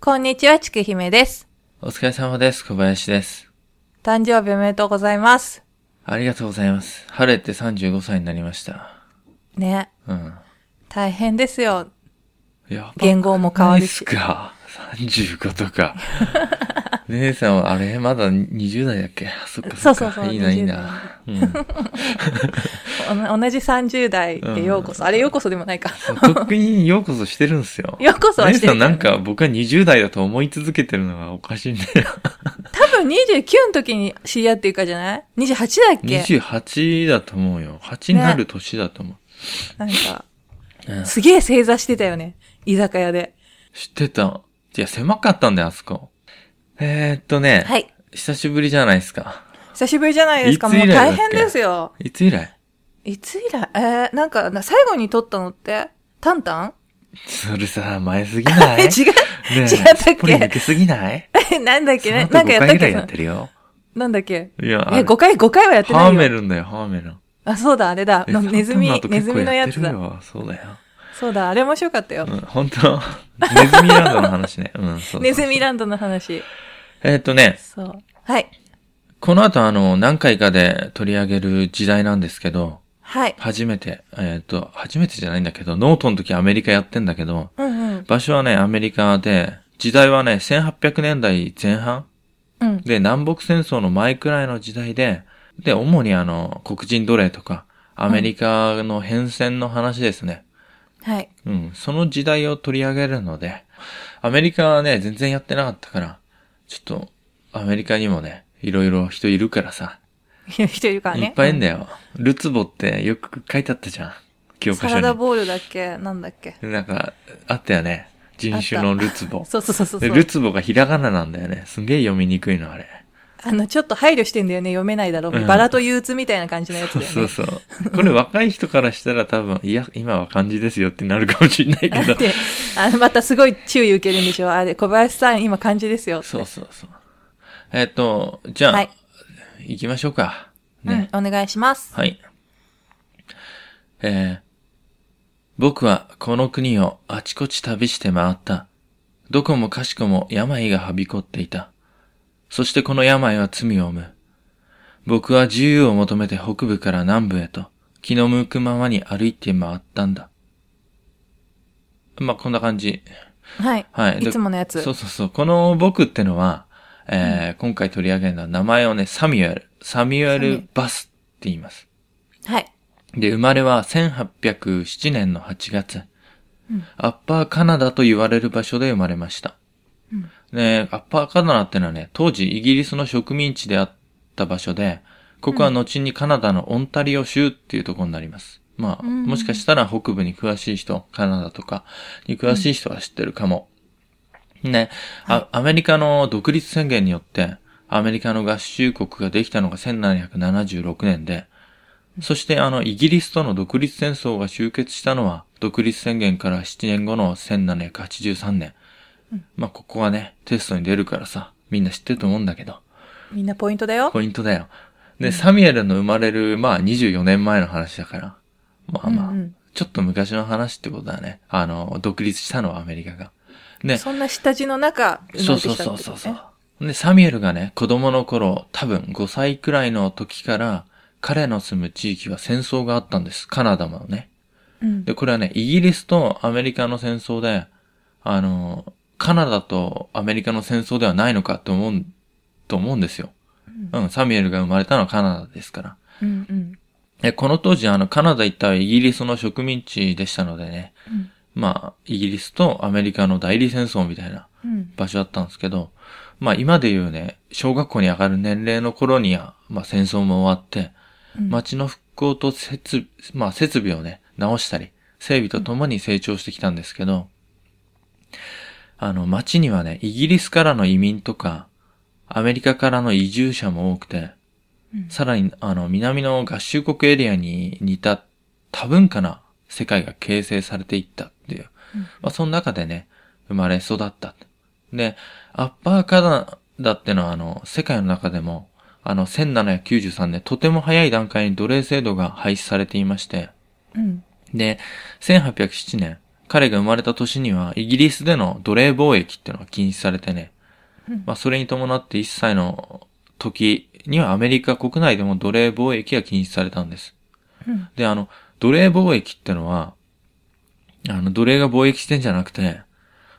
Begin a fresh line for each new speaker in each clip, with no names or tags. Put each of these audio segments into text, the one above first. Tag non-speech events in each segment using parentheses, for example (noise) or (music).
こんにちは、ちくひめです。
お疲れ様です。小林です。
誕生日おめでとうございます。
ありがとうございます。晴れて35歳になりました。
ね、
うん。
大変ですよ。
やば
言語も変わ
ない
る
っ
し
す。か。35とか。 (laughs) 姉さんは、あれまだ20代だっけあそっかそっか。
そうそうそう
いいな、
20
いいな。うん。
おな同じ30代でようこそ。あれようこそでもないか。 (laughs)
とっくにようこそしてるんすよ。
ようこそは
姉
してる
さ
け
ん
ど
な
ね
んか僕は20代だと思い続けてるのがおかしいんだよ。
多分29の時に知り合っていうかじゃ (laughs) ない ?28 だっけ
28だと思うよ。8になる年だと思う。
なんか、
うん
すげえ正座してたよね。居酒屋で。
知ってた。いや、狭かったんだよ、あそこ。えー、っとね。
はい。
久しぶりじゃないですか。
久しぶりじゃないですか。
いつ
もう
以来だっけ
大変ですよ。
いつ以来
いつ以来えー、なんか、な最後に撮ったのって、タンタン
それさ、前すぎな
(laughs)
い
え、違う。
ねえ
違ったっけ
すぽり抜けすぎない
えなんだっけ
その
ね
後
なんかや
5
った
回
っ
ぐら
け
いやってるよ。
なんだっけ
いや、
い
あ
や、
れ
5回、5回はやって
ハ
な
ー
い
メ
よ。
ルンだよ、ハーメルン。
あ、そうだ、あれだ。のネズミ
サタン、
ネズミのや
結
つ
構
だ
ってる。よそうだよ。
そうだ、あれ面白かったよ
う。ん、本当ネズミランドの話ね。うん、そうそう
ネズミランドの話。
えーっとね、
そう。はい。
この後あの、何回かで取り上げる時代なんですけど、
はい。
初めて、えーっと、初めてじゃないんだけど、ノートの時アメリカやってんだけど、
うんうん。
場所はね、アメリカで、時代はね、1800年代前半
うん。
で、南北戦争の前くらいの時代で、で、主にあの、黒人奴隷とか、アメリカの変遷の話ですね。
はい。 (laughs)
うん、その時代を取り上げるので、アメリカはね、全然やってなかったから、ちょっと、アメリカにもね、いろいろ人いるからさ、
いや人いるから
い
ね。
っぱいいんだ
よ。
よ。ルツボってよく書いてあったじゃん。教科
サ
書
ラダ
に。
ボールだっけなんだっけ
なんか、あったよね。人種のルツボ。
そうそうそうそうそ
で
う。
ルツボがひらがななんだよね。すんげえ読みにくいの、あれ。
あの、ちょっと配慮してんだよね。読めないだろ。
うん
バラと憂鬱みたいな感じのやつだよね。
そうそうそう。これ若い人からしたら多分、いや、今は漢字ですよってなるかもしれないけ
だっ
ど。
て、あの、またすごい注意受けるんでしょ。あれ、小林さん、今漢字ですよ。
そうそうそう。えっ、と、じゃあ、
はい。
行きましょうか。
うん
ね。、
お願いします。
はい。えー僕はこの国をあちこち旅して回った。どこもかしこも病がはびこっていた。そしてこの病は罪を生む。僕は自由を求めて北部から南部へと気の向くままに歩いて回ったんだ。まあ、こんな感じ。
はい。
はい。で
いつものやつ
そうそうそう。この僕ってのは、えー今回取り上げるのは名前をね、サミュエル。サミュエ
サミュエ
ル
ル・
バスって言います。
はい。
で、生まれは1807年の8月。
うん
アッパーカナダと言われる場所で生まれました。
うん
ね、アッパーカナダってのはね、当時イギリスの植民地であった場所で、ここは後にカナダのオンタリオ州っていうところになります。まあ、
うん
もしかしたら北部に詳しい人、カナダとかに詳しい人は知ってるかも。ね、あ、アメリカの独立宣言によって、アメリカの合衆国ができたのが1776年で、そしてあの、イギリスとの独立戦争が終結したのは、独立宣言から7年後の1783年。まあ、ここはね、テストに出るからさ、みんな知ってると思うんだけど、
みんなポイントだよ。
ポイントだよ。で、サミュエルの生まれる、まあ、24年前の話だから、まあまあ、
うんうん
ちょっと昔の話ってことだね。あの、独立したのはアメリカが。ね、
そんな下地の中、生
そ
ま
う
れて
そう
きた
そ
ん
う
です
そ
よ
う
ね
そう。で、サミュエルがね、子供の頃、多分5歳くらいの時から、彼の住む地域は戦争があったんです。カナダもね。
うん
で、これはね、イギリスとアメリカの戦争で、あの、カナダとアメリカの戦争ではないのかと思う、と思うんですよ。うん、サミュエルが生まれたのはカナダですから。
うんうん
え、この当時、あの、カナダ一帯はイギリスの植民地でしたのでね、
うん
まあ、イギリスとアメリカの代理戦争みたいな
うん
場所だったんですけど、まあ今で言うね、小学校に上がる年齢の頃には、まあ戦争も終わって、
うん
町の復興と設、まあ設備をね、直したり、整備とともに成長してきたんですけど、あの町にはね、イギリスからの移民とか、アメリカからの移住者も多くて、
うん
さらにあの南の合衆国エリアに似た多文化な世界が形成されていったっていうまあ、その中でね、生まれ育った。で、アッパーカナダってのは、あの、世界の中でも、あの、1793年、とても早い段階に奴隷制度が廃止されていまして、
うん
で、1807年、彼が生まれた年には、イギリスでの奴隷貿易っていうのが禁止されてね、
うん
まあ、それに伴って1歳の時にはアメリカ国内でも奴隷貿易が禁止されたんです。
うん
で、あの、奴隷貿易ってのは、あの、奴隷が貿易してんじゃなくて、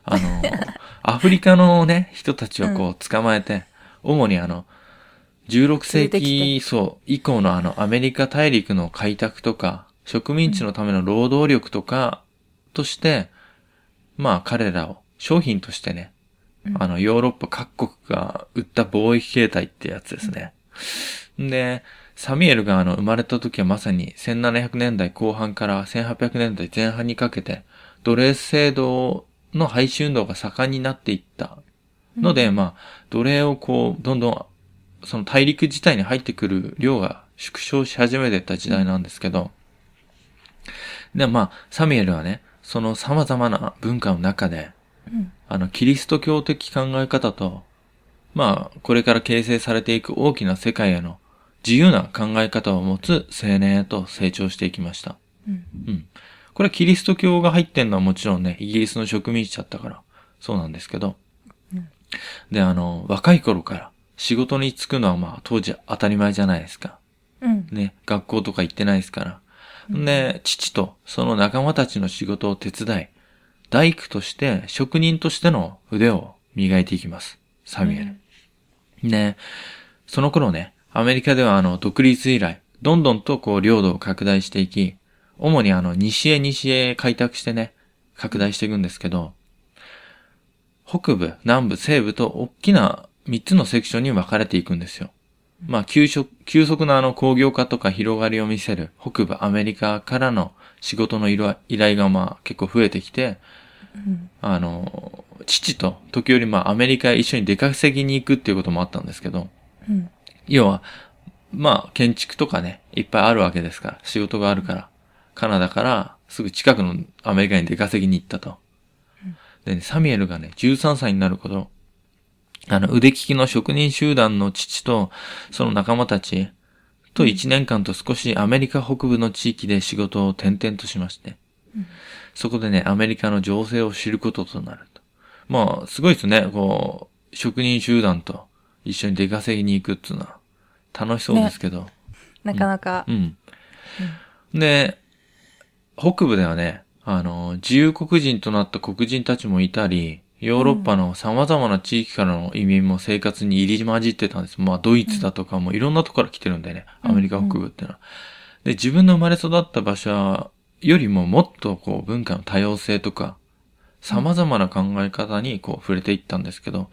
あの、アフリカのね、人たちをこう捕まえて、主にあの、16世
連れて
紀、
き
そう、以降のあの、アメリカ大陸の開拓とか、植民地のための労働力とか、として、まあ彼らを商品としてね、
うん
あの、ヨーロッパ各国が売った貿易形態ってやつですね。で、サミュエルがあの、生まれた時はまさに1700年代後半から1800年代前半にかけて、奴隷制度の廃止運動が盛んになっていったので、まあ、奴隷をこう、どんどん、その大陸自体に入ってくる量が縮小し始めてった時代なんですけど、で、まあ、サミュエルはね、その様々な文化の中で、
うん
あの、キリスト教的考え方と、まあ、これから形成されていく大きな世界への自由な考え方を持つ青年へと成長していきました。
うん
これはキリスト教が入ってんのはもちろんね、イギリスの植民地だったから、そうなんですけど。
うん
で、あの、若い頃から仕事に就くのはまあ当時当たり前じゃないですか。
うん
ね、学校とか行ってないですから。で、父とその仲間たちの仕事を手伝い、大工として職人としての腕を磨いていきます。サミュエル。ね、その頃ね、アメリカではあの、独立以来、どんどんとこう、領土を拡大していき、主にあの、西へ西へ開拓してね、拡大していくんですけど、北部、南部、西部と大きな3つのセクションに分かれていくんですよ。まあ、急速、急速なあの工業化とか広がりを見せる北部アメリカからの仕事の依頼依頼がまあ結構増えてきて、
うん
あの、父と時折まあアメリカへ一緒に出稼ぎに行くっていうこともあったんですけど、
うん
要は、まあ建築とかね、いっぱいあるわけですから、仕事があるから、カナダからすぐ近くのアメリカに出稼ぎに行ったと。でね、サミュエルがね、13歳になる頃、あの腕利きの職人集団の父とその仲間たちと1年間と少しアメリカ北部の地域で仕事を転々としまして、そこでね、アメリカの情勢を知ることとなると。まあ、すごいですね。こう、職人集団と一緒に出稼ぎに行くっていうのは、楽しそうですけど。
なかなか、
うん。で、北部ではね、あの、自由黒人となった黒人たちもいたり、ヨーロッパの様々な地域からの移民も生活に入り混じってたんです。まあ、ドイツだとかもいろんなとこから来てるんだよね。
うん
アメリカ北部ってのは。で、自分の生まれ育った場所よりももっとこう文化の多様性とか、様々な考え方にこう触れていったんですけど、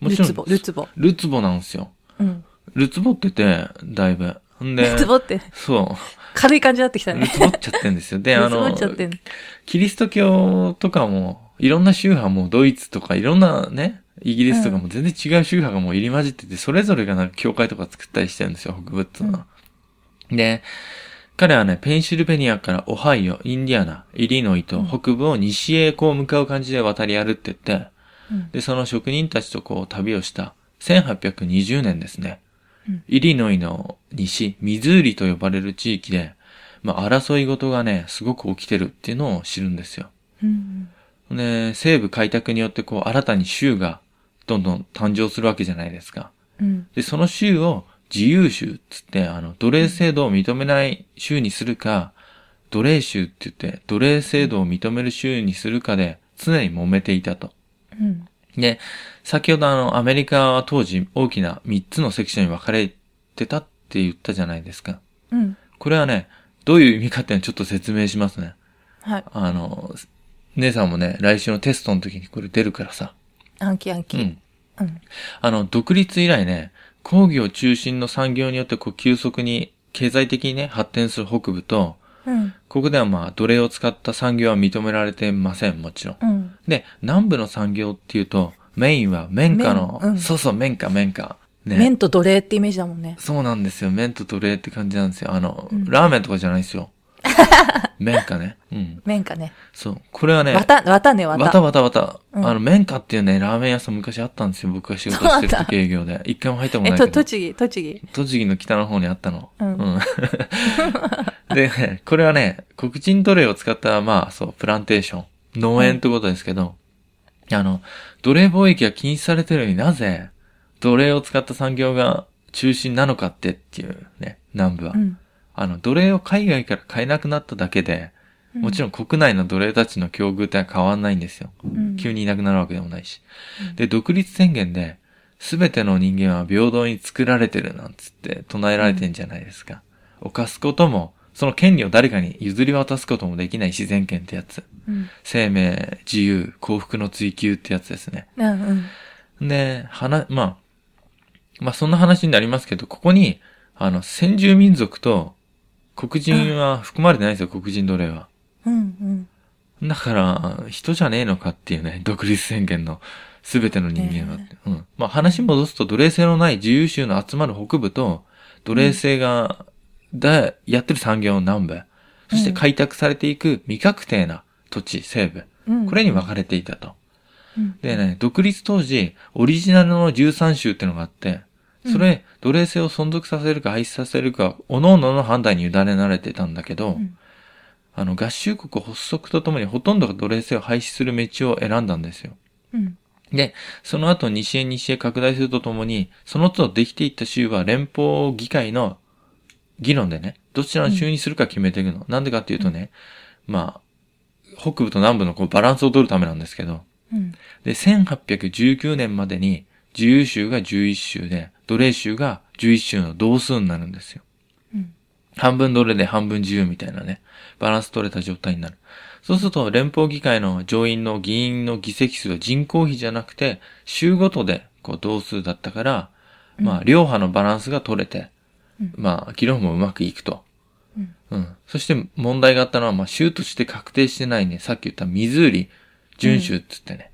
も
ル
ちろん、
ツボ、ルツボ。
ルツボなんですよ。
うん。
ルツボってて、だいぶ。んで、
ルツボって、
そう。
軽い感じになってきた
ル
ね。
ツボっちゃってんですよ。で、あ
ルツボ
の
っ、ちゃってんの
キリスト教とかも、いろんな宗派も、ドイツとか、いろんなね、イギリスとかも全然違う宗派がもう入り混じってて、それぞれがなんか教会とか作ったりしてるんですよ、北部っていうのは。で、彼はね、ペンシルベニアからオハイオ、インディアナ、イリノイと北部を西へこう向かう感じで渡り歩ってって、
うん
で、その職人たちとこう旅をした1820年ですね。
うん
イリノイの西、ミズーリと呼ばれる地域で、まあ争い事がね、すごく起きてるっていうのを知るんですよ。
うん
ね、西部開拓によってこう新たに州がどんどん誕生するわけじゃないですか。
うん。
で、その州を自由州っつって、あの、奴隷制度を認めない州にするか、奴隷州って言って、奴隷制度を認める州にするかで常に揉めていたと。
うん。
で、先ほどあの、アメリカは当時大きな3つのセクションに分かれてたって言ったじゃないですか。
うん。
これはね、どういう意味かっていうのをちょっと説明しますね。
はい。
あの、姉さんもね、来週のテストの時にこれ出るからさ。
暗記暗
う
記。
ん。
うん。
あの、独立以来ね、工業中心の産業によってこう急速に経済的にね、発展する北部と、
うん。
ここではまあ、奴隷を使った産業は認められてません、もちろん。
うん。
で、南部の産業っていうと、メインは綿花の、
綿うん
そうそう、綿花、綿花。ね。
麺と奴隷ってイメージだもんね。
そうなんですよ。麺と奴隷って感じなんですよ。あの、
うん
ラーメンとかじゃないで
(laughs)
すよ。綿花ね。うん。
麺かね。
そう。これはね、
わた、わたね、わ
わた
た。
わたわた。
うん
あの、綿花っていうね、ラーメン屋さん昔あったんですよ。僕が仕事してる
そうなん
時営業で。一回も入ったこと
え、
ない
と、
けど。
栃木、栃木。
栃木の北の方にあったの。
うん
(laughs) うんで、これはね、黒人奴隷を使った、まあ、そう、プランテーション。農園ってことですけど、あの、奴隷貿易が禁止されてるのになぜ、奴隷を使った産業が中心なのかってっていうね、南部は。
うん
あの、奴隷を海外から買えなくなっただけで、もちろん国内の奴隷たちの境遇ってのは変わんないんですよ。
うん
急にいなくなるわけでもないし。で、独立宣言で、すべての人間は平等に作られてるなんつって唱えられてんじゃないですか。犯すことも、その権利を誰かに譲り渡すこともできない自然権ってやつ。
うん
生命、自由、幸福の追求ってやつですね。
うんうん
で、話、まあ、まあそんな話になりますけど、ここに、あの、先住民族と黒人は含まれてないですよ、黒人奴隷は。
うんうん
だから、人じゃねえのかっていうね、 (laughs) 独立宣言の全ての人間はって、うん。まあ話戻すと、奴隷制のない自由州の集まる北部と、奴隷制が、だ、やってる産業の南部、そして開拓されていく未確定な土地、西部、
うん
これに分かれていたと。
うん
でね、独立当時、オリジナルの13州ってのがあって、それ、奴隷制を存続させるか廃止させるか、各々の判断に委ねられてたんだけど、
うん
あの、合衆国発足とともにほとんどが奴隷制を廃止する道を選んだんですよ。
うん
で、その後西へ西へ拡大するとともに、その都度できていった州は連邦議会の議論でね、どちらの州にするか決めていくの。な、んでかっていうとね、まあ、北部と南部のこうバランスを取るためなんですけど、
うん
で、1819年までに自由州が11州で、奴隷州が11州の同数になるんですよ。
うん
半分奴隷で半分自由みたいなね、バランス取れた状態になる。そうすると、連邦議会の上院の議員の議席数は人口比じゃなくて、州ごとでこう同数だったから、まあ、両派のバランスが取れて、
うん
まあ、議論もうまくいくと。
うん
うん。そして問題があったのは、まあ、州として確定してないね、さっき言ったミズーリ、準州っつってね。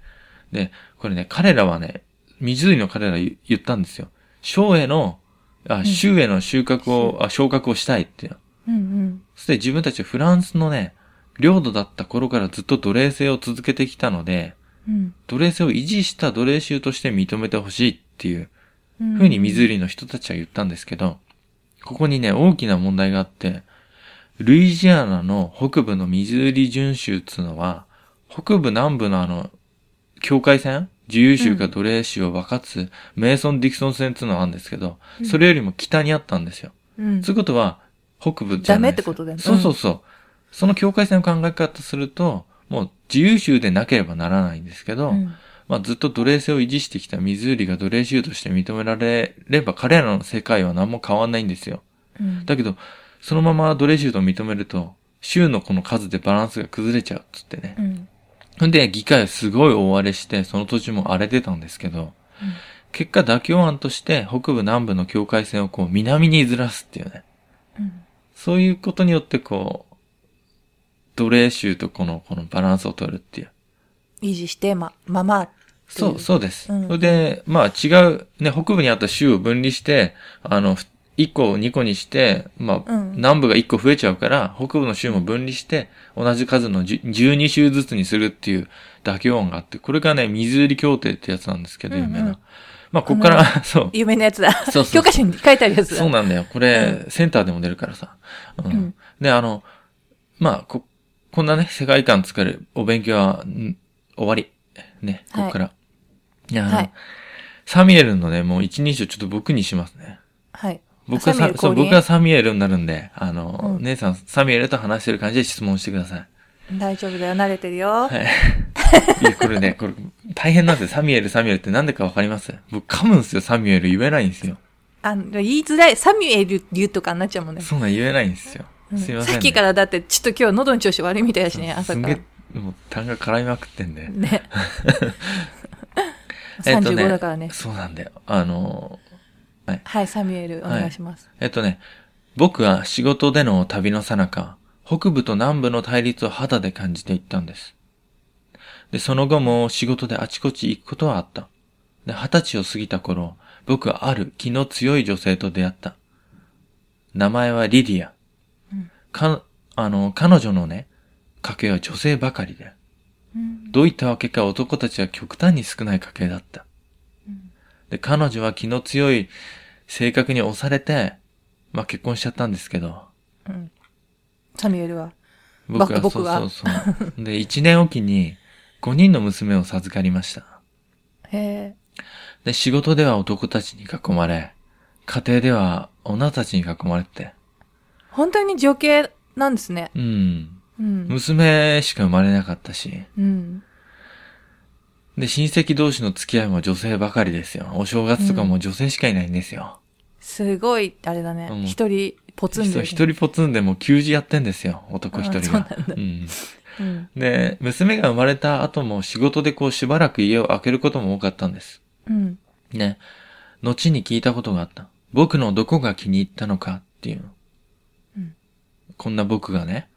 で、これね、彼らはね、ミズーリの彼ら言言ったんですよ。省への、あ、
ん
州への収穫を、あ、昇格をしたいっていうの。
うん
そして自分たちはフランスのね、領土だった頃からずっと奴隷制を続けてきたので、
うん
奴隷制を維持した奴隷州として認めてほしいっていう
うん
ふうにミズーリの人たちは言ったんですけど、ここにね、大きな問題があって、ルイジアナの北部のミズーリ準州っつうのは、北部南部のあの、境界線自由州か奴隷州を分かつ、メイソン・ディクソン線っつうのがあるんですけど、
うん
それよりも北にあったんですよ。
うん
そういうことは、北部じゃないです
ダメってことだよね
そうそうそう。その境界線の考え方すると、もう自由州でなければならないんですけど、
うん
まあずっと奴隷制を維持してきたミズーリが奴隷州として認められれば彼らの世界は何も変わんないんですよ。
うん
だけど、そのまま奴隷州と認めると、州のこの数でバランスが崩れちゃうっつってね。
うん
ほんで、議会はすごい大荒れして、その土地も荒れてたんですけど、結果妥協案として北部南部の境界線をこう南にずらすっていうね。
うん
そういうことによってこう、奴隷州とこの、このバランスを取るっていう。
維持してまままとい
そ
う
う、そうです。
うん
それで、まあ違う、ね、北部にあった州を分離して、あの、ふ1個を2個にして、まあ、
うん
南部が1個増えちゃうから、北部の州も分離して、同じ数のじゅ12州ずつにするっていう妥協案があって、これがね、水売り協定ってやつなんですけど、
うんう
有
ん
名な。まあ、こっから、 (laughs) そう。
有名なやつだ
そうそ
教
う
科書に書いてあるやつだ
そうなんだよ。これ、センターでも出るからさ。うん。
うん
で、あの、まあ、こ、こんなね、世界観作るお勉強は、ん終わり。ね、こ
はい
こから。いや、あの
はい
サミュエルのね、もう一人称ちょっと僕にしますね。
はい
僕
サ
は
ミュエ
サ
ル、
そ
公
う、
認
僕はサミュエルになるんで、あの、
うん
姉さん、サミュエルと話してる感じで質問してください。
大丈夫だよ慣れてるよ (laughs)
はい。いや、これね、これ、大変なんですよ。サミュエル、サミュエルってなんでかわかります僕噛むんですよ、サミュエル。言えないんですよ。
あの言いづらいサミュエル流とかになっちゃうもんね
そんなん言えないんですよ。
うん
すいませんね、
さっきからだって、ちょっと今日喉の調子悪いみたいだしね、朝
すん
か
げ
ら。
え、もう、痰が絡みまくってんで。 (laughs)
ね。
えっと
35だからね。
そうなんだよ。あの
はい、サミュエル、お願いします。
ー、えっとね、僕は仕事での旅の最中、北部と南部の対立を肌で感じていったんです。で、その後も仕事であちこち行くことはあった。で、二十歳を過ぎた頃、僕はある気の強い女性と出会った。名前はリディア。
うん
か、あの、彼女のね、家系は女性ばかりで。
うん
どういったわけか男たちは極端に少ない家系だった。
うん
で、彼女は気の強い性格に押されて、まあ結婚しちゃったんですけど、
うんサミュエルは。
僕が、
ば僕が
そうそうそう。で、1年おきに5人の娘を授かりました。
へえ。
で、仕事では男たちに囲まれ、家庭では女たちに囲まれて。
本当に女系なんですね。
うん。
うん。
娘しか生まれなかったし。
うん。
で、親戚同士の付き合いも女性ばかりですよ。お正月とかも女性しかいないんですよ。
すごい、あれだね
うん。
一人、ポツン
そ
と。
う一人ぽつんでもう給仕やってんですよ。男一人が
あそうなんだ。
うん
うん。
で、娘が生まれた後も仕事でこうしばらく家を空けることも多かったんです。
うん。
ね。後に聞いたことがあった。僕のどこが気に入ったのかっていうの。
うん
こんな僕がね、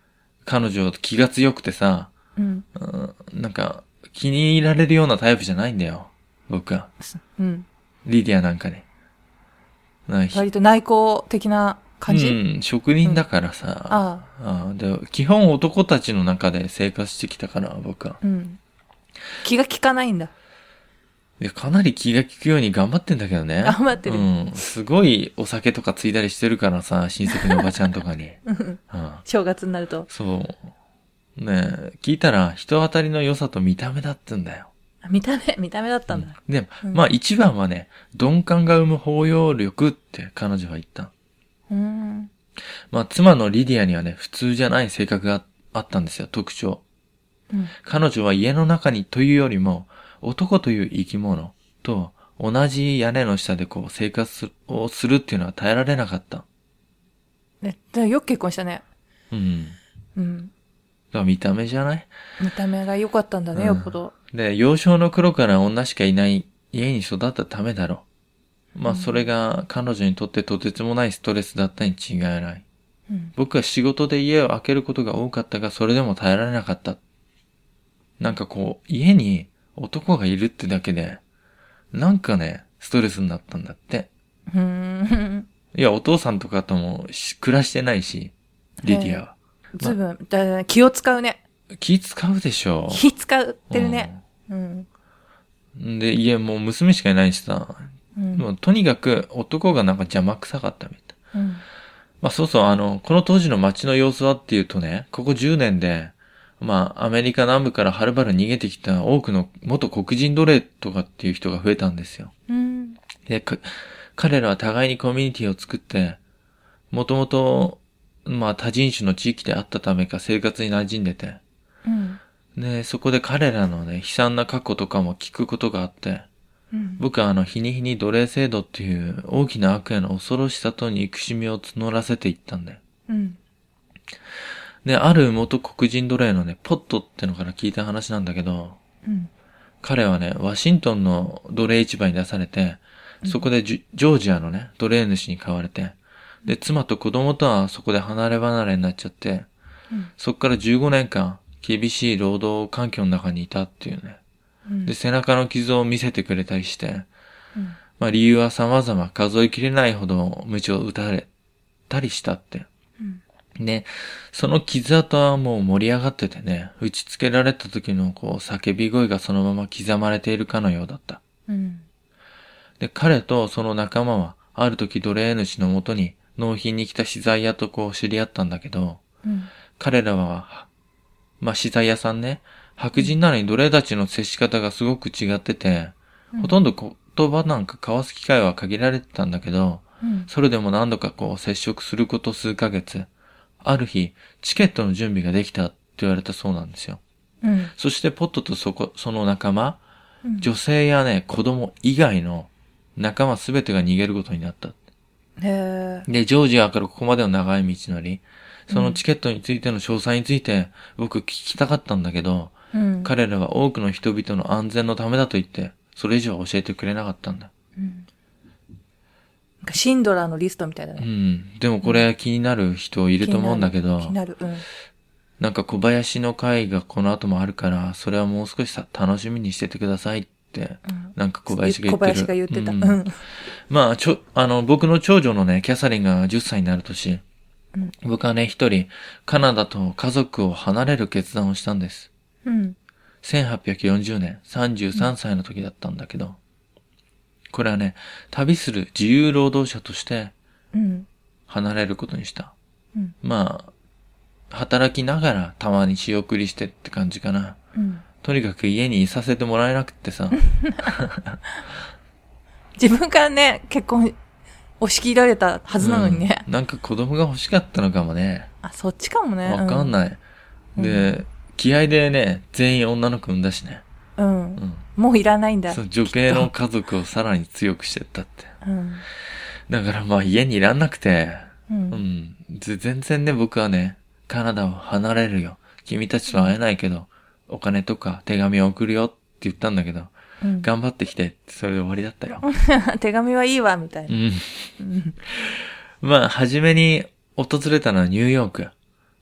彼女気が強くてさ、
うん。
うんなんか気に入られるようなタイプじゃないんだよ。僕は。
すうん。
リディアなんかね。なんか
割と内向的な感じ。
うん、職人だからさ。
あ
ああで基本男たちの中で生活してきたから、僕は。
あ。うん。気が利かないんだ。
いや、かなり気が利くように頑張ってんだけどね。
頑張ってる
うん。すごいお酒とかついたりしてるからさ、親戚のおばちゃんと
(laughs)
かに。
うん
うん。
正月になると。
そう。ねえ、聞いたら人当たりの良さと見た目だってんだよ。
あ見た目、見た目だったんだ。
うんで、
うん
まあ一番はね、鈍感が生む包容力って彼女は言った。
うん。
まあ妻のリディアにはね、普通じゃない性格があったんですよ、特徴。
うん。
彼女は家の中にというよりも、男という生き物と同じ屋根の下でこう生活をするっていうのは耐えられなかった。
ね、でもよく結婚したね。
うん。だ
うん。
から見た目じゃない
見た目が良かったんだね、
うん
よっぽど。
で、幼少の頃から女しかいない家に育ったためだろう。まあ
うん
それが彼女にとってとてつもないストレスだったに違いない。
うん。
僕は仕事で家を空けることが多かったが、それでも耐えられなかった。なんかこう、家に男がいるってだけで、なんかね、ストレスになったんだって。
うん。
いや、お父さんとかともし暮らしてないし、リディアは。
ずいぶん、だだ気を使うね。
気使うでしょ。
気使ってるね。うん。
うん。で、家もう娘しかいないしさ、
うん。
もうとにかく男がなんか邪魔くさかったみたい。
うん。
まあそうそう、あの、この当時の街の様子はっていうとね、ここ10年で、まあアメリカ南部からはるばる逃げてきた多くの元黒人奴隷とかっていう人が増えたんですよ。
うん。
で、か彼らは互いにコミュニティを作って、もともと、まあ多人種の地域であったためか生活に馴染んでて、
うん。
で、そこで彼らのね、悲惨な過去とかも聞くことがあって、
うん。
僕はあの、日に日に奴隷制度っていう大きな悪への恐ろしさと憎しみを募らせていったんだよ。
うん。
で、ある元黒人奴隷のね、ポットってのから聞いた話なんだけど、
うん。
彼はね、ワシントンの奴隷市場に出されて、そこでジュジョージアのね、奴隷主に買われて、で、妻と子供とはそこで離れ離れになっちゃって、
うん
そこから15年間、厳しい労働環境の中にいたっていうね。
うん
で、背中の傷を見せてくれたりして、
うん
まあ理由は様々数えきれないほど鞭を打たれたりしたって。
うん
ね、その傷跡はもう盛り上がっててね、打ち付けられた時のこう叫び声がそのまま刻まれているかのようだった。
うん。
で、彼とその仲間は、ある時奴隷主のもとに納品に来た資材屋とこう知り合ったんだけど、
うん。
彼らは、まあ、資材屋さんね、白人なのに奴隷たちの接し方がすごく違ってて、ほとんど言葉なんか交わす機会は限られてたんだけど、
うん。
それでも何度かこう接触すること数ヶ月、ある日、チケットの準備ができたって言われたそうなんですよ。
うん。
そしてポットとそこ、その仲間、
うん
女性やね、子供以外の仲間すべてが逃げることになった。
へえ。
で、ジョージアからここまでの長い道のり、そのチケットについての詳細について僕聞きたかったんだけど、
うん。
彼らは多くの人々の安全のためだと言って、それ以上は教えてくれなかったんだ。
うんなんかシンドラーのリストみたいだ
う
ね。
ん。でもこれ気になる人いると思うんだけど、
気になる。うん。
なんか小林の会がこの後もあるから、それはもう少しさ、楽しみにしててくださいって、
うん
なんか小林が言ってる。
小林が言ってた。
う
うんん。
まあ、ちょ、あの、僕の長女のね、キャサリンが10歳になる年、
うん
僕はね、一人、カナダと家族を離れる決断をしたんです。
うん。
1840年、33歳の時だったんだけど、これはね、旅する自由労働者として
うん。
離れることにした。
うん
まあ、働きながらたまに仕送りしてって感じかな。
うん
とにかく家にいさせてもらえなくっ
(laughs)
てさ。
自分からね、結婚、押し切られたはずなのにね。
うんなんか子供が欲しかったのかもね。
あ、そっちかもね。
わかん
い。
ない。
うん
で、気合でね、全員女の子産んだしね。
うん。
うん。
もういらないんだ。
そう、女系の家族をさらに強くしてったって。
うん。
だからまあ家にいらんなくて、
う。
うんん。ぜ全然ね、僕はね、カナダを離れるよ。君たちと会えないけど、お金とか手紙を送るよって言ったんだけど、
うん、
頑張ってきてって、それで終わりだったよ。
(laughs) 手紙はいいわ、みたいうな。
ん。
うん。
まあ、初めに訪れたのはニューヨーク。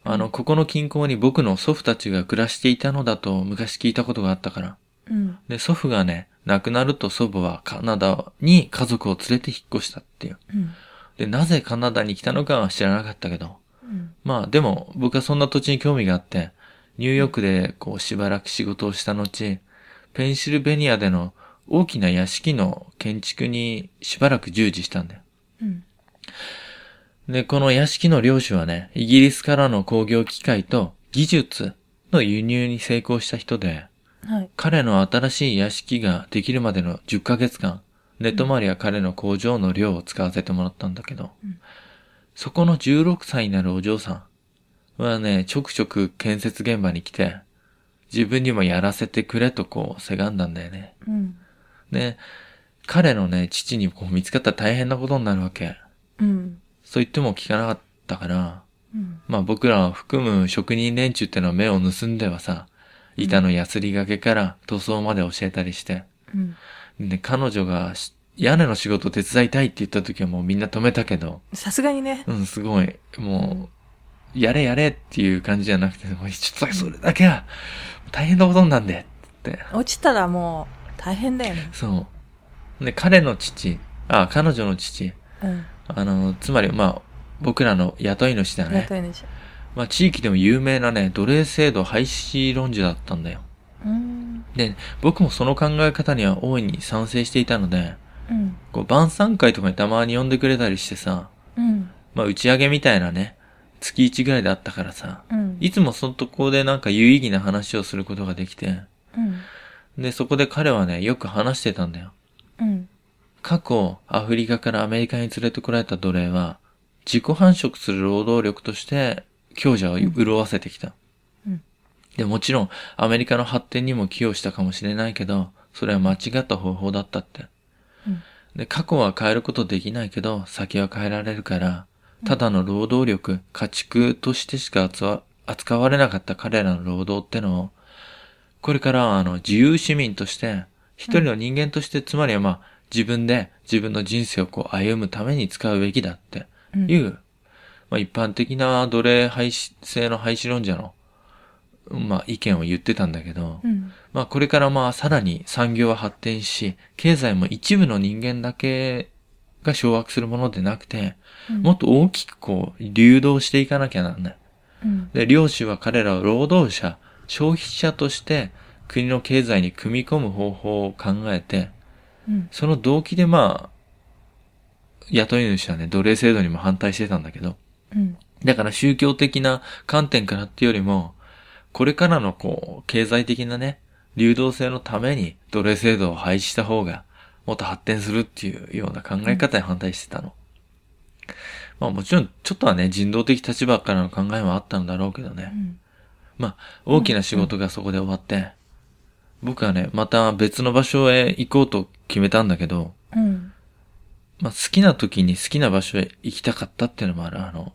あの、ここの近郊に僕の祖父たちが暮らしていたのだと昔聞いたことがあったから。
うん。
で、祖父がね、亡くなると祖母はカナダに家族を連れて引っ越したっていう。
うん。
で、なぜカナダに来たのかは知らなかったけど。
うん。
まあ、でも僕はそんな土地に興味があって、ニューヨークでこうしばらく仕事をした後、ペンシルベニアでの大きな屋敷の建築にしばらく従事したんだよ。
うん。
で、この屋敷の領主はね、イギリスからの工業機械と技術の輸入に成功した人で、
はい。
彼の新しい屋敷ができるまでの10ヶ月間、ネット周りは彼の工場の寮を使わせてもらったんだけど、
うん
そこの16歳になるお嬢さんはね、ちょくちょく建設現場に来て、自分にもやらせてくれとこう、せがんだんだよね。
うん。
で、彼のね、父にこう見つかったら大変なことになるわけ。
うん。
そう言っても聞かなかったから、
うん。
まあ僕らを含む職人連中ってのは目を盗んではさ、板のやすり掛けから塗装まで教えたりして、
うん。
で、彼女がし屋根の仕事手伝いたいって言った時はもうみんな止めたけど、
さすがにね。
うん、すごい、もう、やれやれっていう感じじゃなくて、もうちょっとそれだけは大変なことなんで、って。
落ちたらもう、大変だよね。
そう。で、彼の父、あ、彼女の父、
うん。
あの、つまりまあ、僕らの雇い主だね。
雇い主。
まあ、地域でも有名なね、奴隷制度廃止論者だったんだよ。
うん。
で、僕もその考え方には大いに賛成していたので、
うん。
こう、晩餐会とかにたまに呼んでくれたりしてさ、
うん。
まあ、打ち上げみたいなね、月1ぐらいであったからさ、
うん。
いつもそのとこでなんか有意義な話をすることができて、
うん。
で、そこで彼はね、よく話してたんだよ。
うん。
過去、アフリカからアメリカに連れてこられた奴隷は、自己繁殖する労働力として、強者を潤わせてきた。
うん
で、もちろん、アメリカの発展にも寄与したかもしれないけど、それは間違った方法だったって。
うん
で、過去は変えることできないけど、先は変えられるから、ただの労働力、家畜としてしか扱わ扱われなかった彼らの労働ってのを、これからはあの、自由市民として、一人の人間として、つまりはまあ、自分で自分の人生をこう歩むために使うべきだって
うん。
いう、まあ一般的な奴隷廃止制の廃止論者の、まあ意見を言ってたんだけど、
うん。
まあこれからまあさらに産業は発展し、経済も一部の人間だけが掌握するものでなくて、
うん
もっと大きくこう流動していかなきゃなんない。
うん。
で、領主は彼らを労働者、消費者として国の経済に組み込む方法を考えて、
うん。
その動機でまあ、雇い主はね、奴隷制度にも反対してたんだけど、
うん。
だから宗教的な観点からっていうよりも、これからのこう、経済的なね、流動性のために奴隷制度を廃止した方が、もっと発展するっていうような考え方に反対してたの。まあもちろん、ちょっとはね、人道的立場からの考えもあったんだろうけどね。
うん。
まあ、大きな仕事がそこで終わって、僕はね、また別の場所へ行こうと決めたんだけど、
うん。
まあ、好きな時に好きな場所へ行きたかったっていうのもある。あの、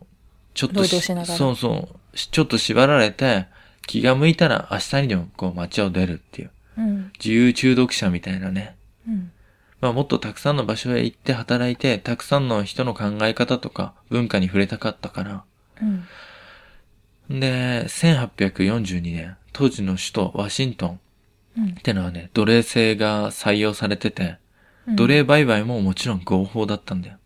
ちょっと
労働しながら
そうそう。しちょっと縛られて、気が向いたら明日にでもこう街を出るっていう。
うん。
自由中毒者みたいなね。
うん。
まあ、もっとたくさんの場所へ行って働いて、たくさんの人の考え方とか文化に触れたかったから。
うん。
で、1842年、当時の首都ワシントン
うん
っ。てのはね、奴隷制が採用されてて、
うん
奴隷売買ももちろん合法だったんだよ。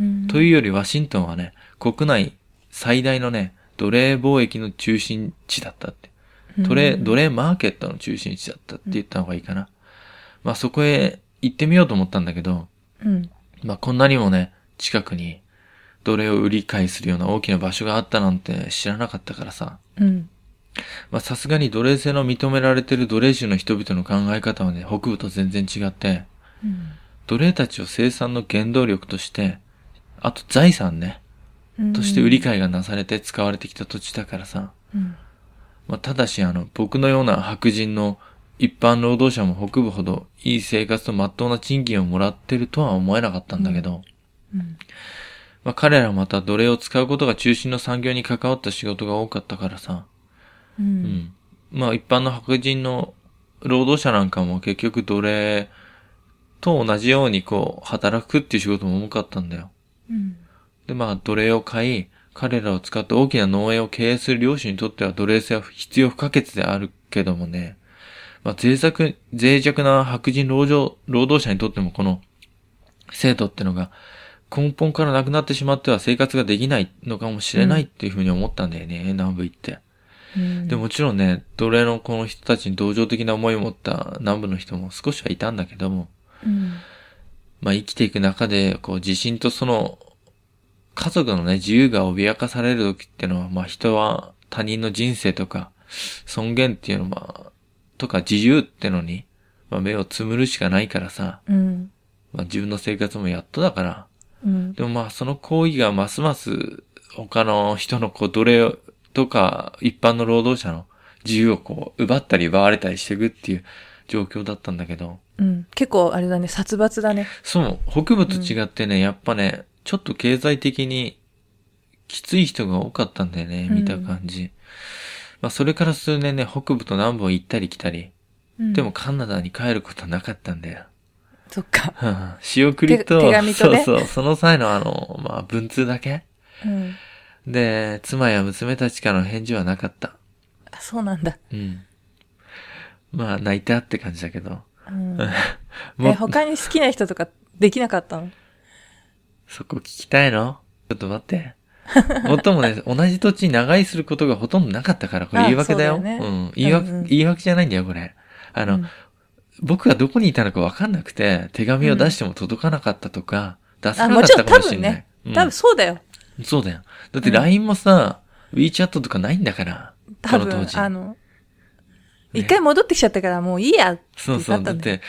うん
というよりワシントンはね、国内最大のね、奴隷貿易の中心地だったって。奴隷、奴隷マーケットの中心地だったって言った方がいいかな。まあそこへ行ってみようと思ったんだけど、
うん。
まあこんなにもね、近くに奴隷を売り買いするような大きな場所があったなんて知らなかったからさ。
うん。
まあさすがに奴隷制の認められてる奴隷種の人々の考え方はね、北部と全然違って、奴隷たちを生産の原動力として、あと財産ね、
うん
として売り買いがなされて使われてきた土地だからさ。
うん。
まあ、ただし、あの、僕のような白人の一般労働者も北部ほどいい生活と真っ当な賃金をもらってるとは思えなかったんだけど、
うん。
まあ、彼らはまた奴隷を使うことが中心の産業に関わった仕事が多かったからさ、
う。
うんん。まあ、一般の白人の労働者なんかも結局奴隷と同じようにこう、働くっていう仕事も多かったんだよ。
うん。
で、まあ、奴隷を買い、彼らを使って大きな農園を経営する領主にとっては奴隷制は必要不可欠であるけどもね、まあ、脆弱、脆弱な白人労働、労働者にとってもこの制度ってのが根本からなくなってしまっては生活ができないのかもしれないっていうふうに思ったんだよね、南部行って。
うん。
で、もちろんね、奴隷のこの人たちに同情的な思いを持った南部の人も少しはいたんだけども、
うん。
まあ、生きていく中で、こう、自信とその、家族のね、自由が脅かされる時ってのは、まあ、人は他人の人生とか、尊厳っていうのは、とか自由ってのに、まあ、目をつむるしかないからさ、
うん。
まあ、自分の生活もやっとだから、
うん。
でもまあ、その行為がますます、他の人のこう、奴隷とか、一般の労働者の自由をこう、奪ったり奪われたりしていくっていう状況だったんだけど、
うん。結構あれだね、殺伐だね。
そう、北部と違ってね、やっぱね、ちょっと経済的にきつい人が多かったんだよね、
うん
見た感じ。まあ、それから数年ね、北部と南部を行ったり来たり、
うん
でも、カナダに帰ることはなかったんだよ。
そっか。
仕送りと、
手手紙とね
そうそう、その際のあの、まあ、文通だけ
うん。
で、妻や娘たちからの返事はなかった。
あそうなんだ。
うん。まあ、泣いたって感じだけど。
うん。
も
え、
う、
他に好きな人とかできなかったの
そこ聞きたいのちょっと待って。もっと
(laughs)
もね、同じ土地に長居することがほとんどなかったから、こ
あ
れ言い訳だよ。
そうだよね
ん。言い訳、
うんうん
言い訳じゃないんだよ、これ。あ
う
の、
ん
僕がどこにいたのかわかんなくて、手紙を出しても届かなかったとか、出せなか
あも
っ
ち
た
ろん
かもしれない。うん
多分そうだよ。
そうだよ。だって LINE もさ、WeChat とかないんだから。
多
この
分
当、時
あの、
ね
一回戻ってきちゃったからもういいやって
そ
な
う
った
そう。
ん
だ
だね
って、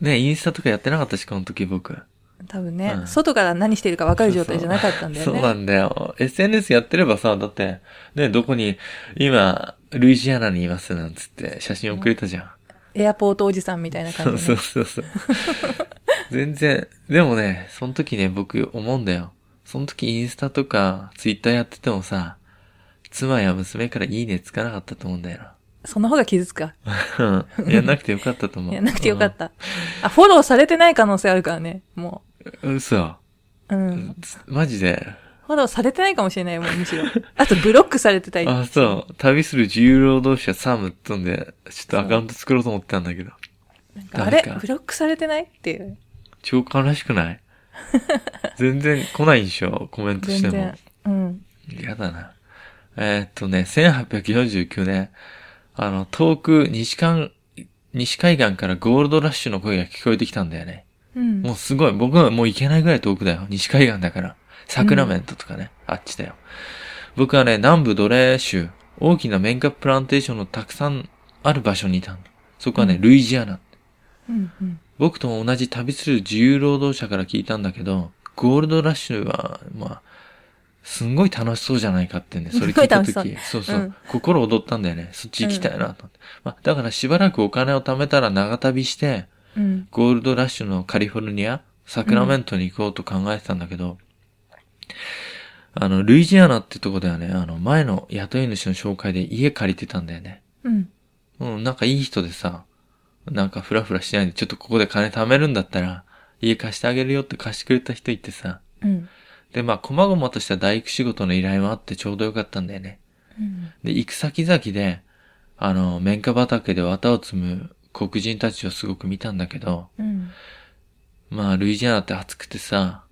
ね、インスタとかやってなかったし、この時僕。
多分ね、
うん
外から何してるか分かる状態じゃなかったんだよね。
そうなんだよ。SNS やってればさ、だって、ね、どこに、今、ルイジアナにいますなんつって写真送れたじゃん。
エアポートおじさんみたいな
そ
感
う
じ、
そう
ね。
そう (laughs) そう。全然、でもね、その時ね、僕思うんだよ。その時インスタとか、ツイッターやっててもさ、妻や娘からいいねつかなかったと思うんだよ
その方が傷つくか。
な。 (laughs) うんやんなくてよかったと思う。
やんなくてよかった、あ、フォローされてない可能性あるからね、も
うん。嘘。
う。うん。
つマジで。
フォローされてないかもしれないよ、もうむしろ。あとブロックされてたり。
あ、そう。旅する自由労働者サムってんで、ちょっとアカウント作ろうと思ってたんだけど。
なんかあれ
なんか
ブロックされてないっていう。
超悲しくない
(laughs)
全然来ないんでしょコメントして
全
も
然。。うん。
嫌だな。えーっとね、1849年、あの、遠く西海、西海岸からゴールドラッシュの声が聞こえてきたんだよね。
うん。
もうすごい。僕はもう行けないぐらい遠くだよ。西海岸だから。サクラメントとかね。あっちだよ。僕はね、南部奴隷州、大きな綿花プランテーションのたくさんある場所にいたの。そこはね、
うん
ルイジアナ。
うん。うん。
僕と同じ旅する自由労働者から聞いたんだけど、ゴールドラッシュは、まあ、すんごい楽しそうじゃないかって (laughs) ね、それ聞いた時、
すごい
そうそう、
うん
心躍ったんだよね。そっち行きたいなと思って、まあ、だからしばらくお金を貯めたら長旅して、
うん。
ゴールドラッシュのカリフォルニア、サクラメントに行こうと考えてたんだけど、あの、ルイジアナってとこではね、あの、前の雇い主の紹介で家借りてたんだよね。
うん。
うん、なんかいい人でさ、なんかフラフラしないで、ちょっとここで金貯めるんだったら、家貸してあげるよって貸してくれた人いてさ。
うん。
で、まあ、細々とした大工仕事の依頼もあってちょうどよかったんだよね。
うん。
で、行く先々で、あの、綿花畑で綿を積む黒人たちをすごく見たんだけど、
うん。
まあ、ルイジアナって暑くてさ、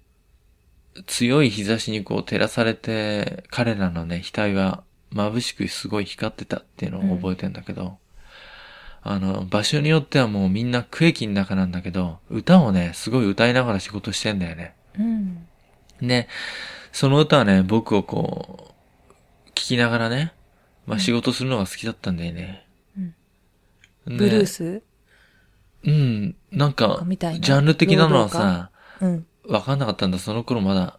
強い日差しにこう照らされて、彼らのね、額は眩しくすごい光ってたっていうのを覚えてんだけど、あの、場所によってはもうみんな区域の中なんだけど、歌をね、すごい歌いながら仕事してんだよね。
うん。
ね、その歌はね、僕をこう、聴きながらね、まあ仕事するのが好きだったんだよね。ね
ブルース
うん。なんか、
みたいな
ジャンル的なのはさ、
うん。
わかんなかったんだ。その頃まだ、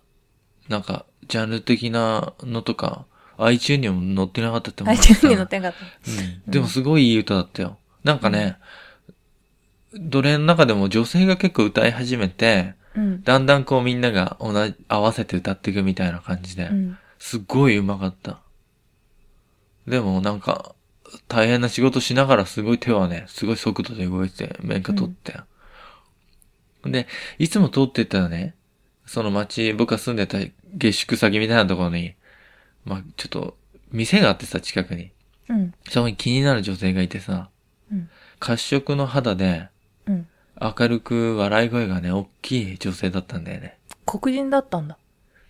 なんか、ジャンル的なのとか、iTune にも載ってなかったって思う。
iTunes に載ってなかった。
うんでもすごいいい歌だったよ。なんかね、奴隷の中でも女性が結構歌い始めて、
うん。
だんだんこうみんなが同じ、合わせて歌っていくみたいな感じで
う、ん。
すっごい上手かった。でもなんか、大変な仕事しながらすごい手はね、すごい速度で動いて、免許取って。で、いつも通ってたらね、その町、僕が住んでた下宿先みたいなところに、まあちょっと、店があってさ、近くに。
うん。
そこに気になる女性がいてさ、
うん
褐色の肌で、
うん。
明るく笑い声がね、大きい女性だったんだよね。
黒人だったんだ。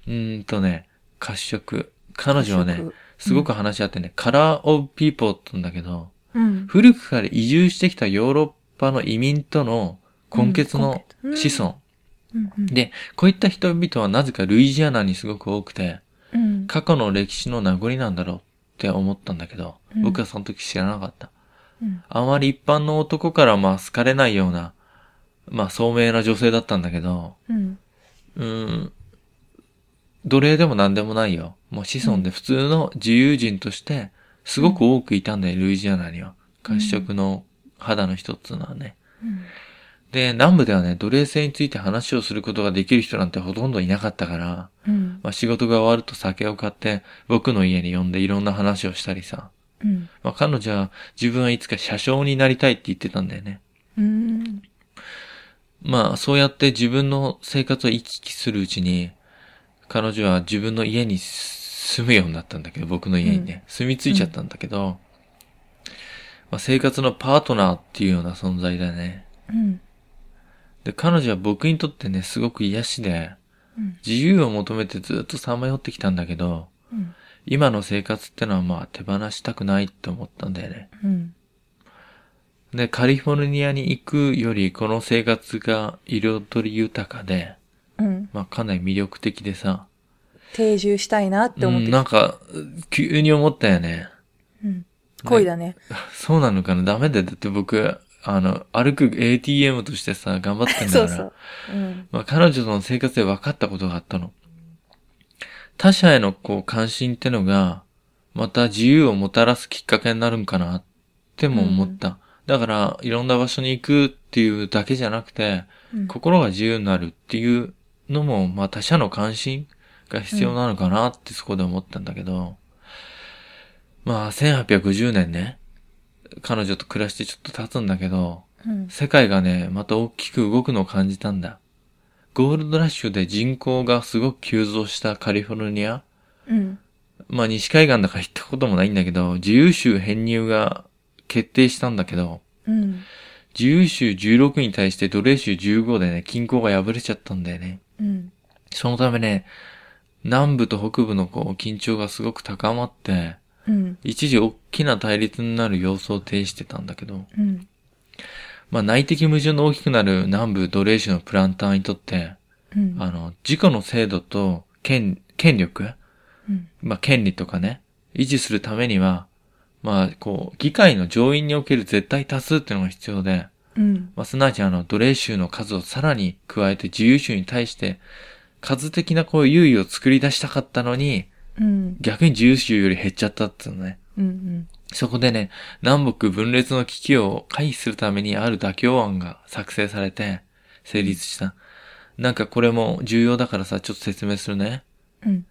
うーんとね、褐色。彼女はね
褐色、
すごく話し合ってね、カラーオブピーポーって言うんだけど、
うん。
古くから移住してきたヨーロッパの移民との根血の
うん根血
子孫。
うんうん
で、こういった人々はなぜかルイジアナにすごく多くて、
うん。
過去の歴史の名残なんだろうって思ったんだけど、
うん
僕はその時知らなかった。
うん
あまり一般の男からまあ好かれないような、まあ聡明な女性だったんだけど、
うん。
うーん、奴隷でも何でもないよ。もう子孫で普通の自由人として、すごく多くいたんだよ、ルイジアナには。褐色の肌の人っつうのはね。
うん
で、南部ではね、奴隷制について話をすることができる人なんてほとんどいなかったから、
うん。
まあ、仕事が終わると酒を買って、僕の家に呼んでいろんな話をしたりさ。
うん。
まあ、彼女は自分はいつか車掌になりたいって言ってたんだよね。
うん。
まあ、そうやって自分の生活を行き来するうちに、彼女は自分の家に住むようになったんだけど、僕の家にね、住み着いちゃったんだけど、まあ、生活のパートナーっていうような存在だね。
うん。
で、彼女は僕にとってね、すごく癒しで、
うん
自由を求めてずっとさまよってきたんだけど、
うん。
今の生活ってのはまあ手放したくないって思ったんだよね。
うん。
で、カリフォルニアに行くよりこの生活が彩り豊かで、
うん。
まあかなり魅力的でさ。
定住したいなって思っ
う
て
ん
た
なんか、急に思ったよね。
うん。恋だね。
そうなのかなダメだよ。だって僕、あの、歩く ATM としてさ、頑張ってんだ
(laughs) そう
から。
そう。うん。
まあ彼女との生活で分かったことがあったの。他者へのこう関心ってのが、また自由をもたらすきっかけになるんかなっても思った。だから、いろんな場所に行くっていうだけじゃなくて、
うん
心が自由になるっていうのも、まあ他者の関心が必要なのかなってそこで思ったんだけど、まあ1850年ね、彼女と暮らしてちょっと経つんだけど、
うん。
世界がね、また大きく動くのを感じたんだ。ゴールドラッシュで人口がすごく急増したカリフォルニア。
うん。
まあ西海岸だから行ったこともないんだけど、自由州編入が決定したんだけど、
うん。
自由州16に対して奴隷州15でね、均衡が破れちゃったんだよね。
うん。
そのためね、南部と北部のこう緊張がすごく高まって、
うん。
一時大きな対立になる様相を呈してたんだけど、
うん。
まあ内的矛盾の大きくなる南部奴隷州のプランターにとって、
うん。
あの、自己の制度と権、権力
うん。
まあ、権利とかね、維持するためには、まあ、こう、議会の上院における絶対多数っていうのが必要で、
うん。
まあ、すなわちあの、奴隷州の数をさらに加えて自由州に対して、数的なこう、優位を作り出したかったのに、
うん。
逆に自由州より減っちゃったっていうのね。
うん。
そこでね、南北分裂の危機を回避するためにある妥協案が作成されて、成立した。なんかこれも重要だからさ、ちょっと説明するね。
うん。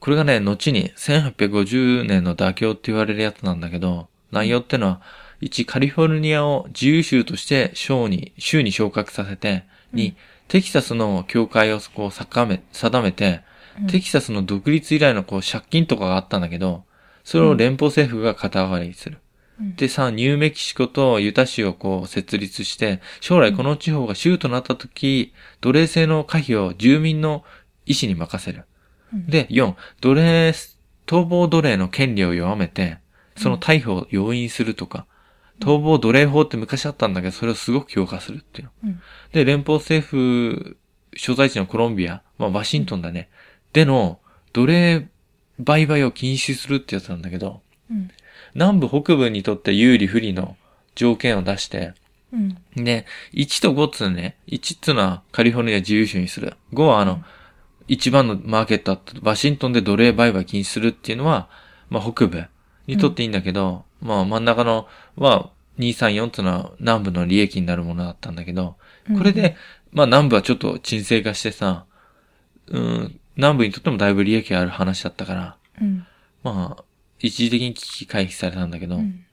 これがね、後に1850年の妥協って言われるやつなんだけど、内容ってのは、1、カリフォルニアを自由州として州に、州に昇格させて、
う
2、テキサスの境界をこう定め、定めて、
うん
テキサスの独立以来のこう借金とかがあったんだけど、それを連邦政府が肩代わりにする。
うん
で、3、ニューメキシコとユタ州をこう設立して、将来この地方が州となった時、奴隷制の可否を住民の意思に任せる。
うん
で、4、奴隷、逃亡奴隷の権利を弱めて、その逮捕を容易にするとか、逃亡奴隷法って昔あったんだけど、それをすごく強化するっていうの。
うん
で、連邦政府所在地のコロンビア、まあ、ワシントンだね、での奴隷売買を禁止するってやつなんだけど、
うん。
南部北部にとって有利不利の条件を出して、
うん。
で、1と5っつうのね、1っつうのはカリフォルニア自由州にする。5はあの、一番のマーケットだったワシントンで奴隷売買禁止するっていうのは、まあ北部にとっていいんだけど、まあ真ん中のは234っていうのは南部の利益になるものだったんだけど、
うん
これで、まあ南部はちょっと沈静化してさ、うん、南部にとってもだいぶ利益がある話だったから、
うん。
まあ、一時的に危機回避されたんだけど、
うん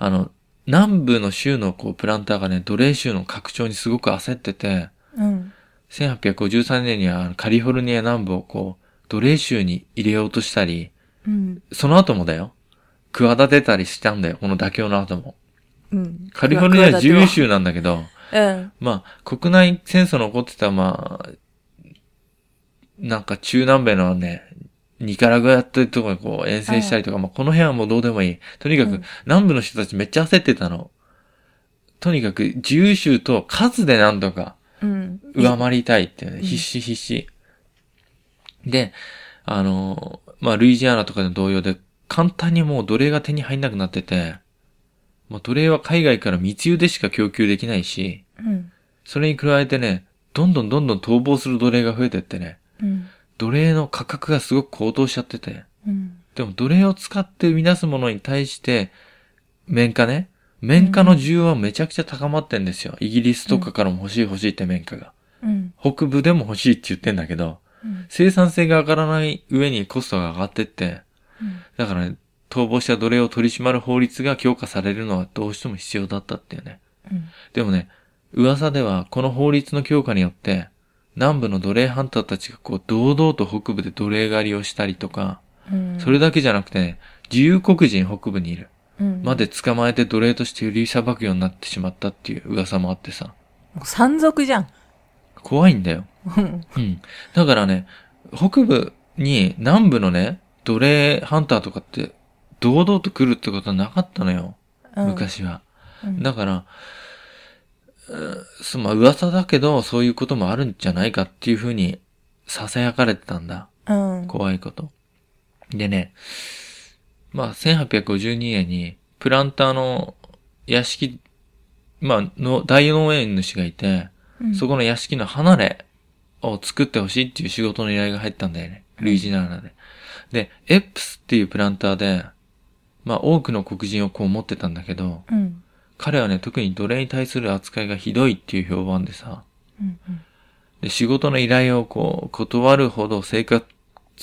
あの、南部の州のこうプランターがね、奴隷州の拡張にすごく焦ってて、
うん。
1853年にはあのカリフォルニア南部をこう、奴隷州に入れようとしたり、
うん。
その後もだよ。企てたりしたんだよ、この妥協の後も。
うん。
カリフォルニア自由
州。
州なんだけど、
うん。
まあ、国内戦争の起こってた、まあ、なんか中南米のね、ニカラグアっていうところにこう遠征したりとか、まあこの辺はもうどうでもいい。とにか
う
く
ん、
南部の人たちめっちゃ焦ってたの。とにかく、自由州と数でなんとか
うん。
上回りたいっていうね、
うん
必死必死。で、あの、まあルイジアナとかの同様で、簡単にもう奴隷が手に入んなくなってて、まあ奴隷は海外から密輸でしか供給できないし、
うん。
それに加えてね、どんどんどんどん逃亡する奴隷が増えてってね、
うん。
奴隷の価格がすごく高騰しちゃってて、
うん。
でも奴隷を使って生み出すものに対して、綿花ね、綿花の需要はめちゃくちゃ高まってんですよ。イギリスとかからも欲しい欲しいって綿花が。
うん。
北部でも欲しいって言ってんだけど、
うん。
生産性が上がらない上にコストが上がってって、
うん
だからね、逃亡した奴隷を取り締まる法律が強化されるのはどうしても必要だったっていうね。
うん。
でもね、噂ではこの法律の強化によって、南部の奴隷ハンターたちがこう堂々と北部で奴隷狩りをしたりとか、
うん。
それだけじゃなくてね、自由黒人北部にいる。
うん
まで捕まえて奴隷として売りさばくようになってしまったっていう噂もあってさ、
もう山賊じゃん。
怖いんだよ。
うん。
うん。だからね、北部に南部のね、奴隷ハンターとかって堂々と来るってことはなかったのよ、
うん。
昔は。
うん。
だから、うーそまあ噂だけど、そういうこともあるんじゃないかっていうふうに、囁かれてたんだ。
うん。
怖いこと。でね、まあ、1852年に、プランターの屋敷、まあ、の、大農園主がいて、
うん
そこの屋敷の離れを作ってほしいっていう仕事の依頼が入ったんだよね。ルイジナーナで。で、エップスっていうプランターで、まあ、多くの黒人をこう持ってたんだけど、
うん。
彼はね、特に奴隷に対する扱いがひどいっていう評判でさ、
うん。
で仕事の依頼をこう、断るほど生活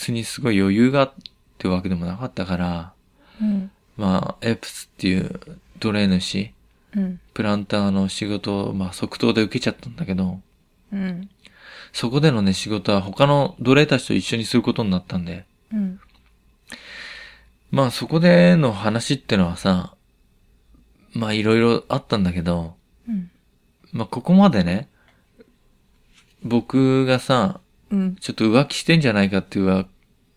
にすごい余裕があってわけでもなかったから、
うん。
まあ、エプスっていう奴隷主、
うん。
プランターの仕事を、まあ、即答で受けちゃったんだけど、
うん。
そこでのね、仕事は他の奴隷たちと一緒にすることになったんで、
うん。
まあ、そこでの話ってのはさ、まあ、いろいろあったんだけど、
うん。
まあ、ここまでね、僕がさ、
うん。
ちょっと浮気してんじゃないかっていう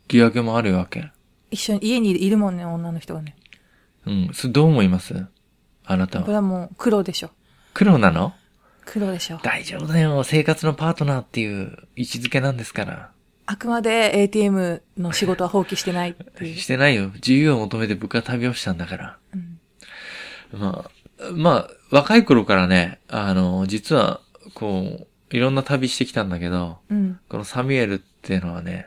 疑惑もあるわけ。
一緒に家にいるもんね、女の人がね。
うん。それどう思いますあなた
これ
は。
はもう黒でしょ。
黒なの
黒でしょ。
大丈夫だよ。生活のパートナーっていう位置づけなんですから。
あくまで ATM の仕事は放棄してないっていう
し。て (laughs) ないよ。自由を求めて僕は旅をしたんだから。
うん。
まあ、まあ、若い頃からね、あの、実は、こう、いろんな旅してきたんだけど、
うん。
このサミュエルっていうのはね、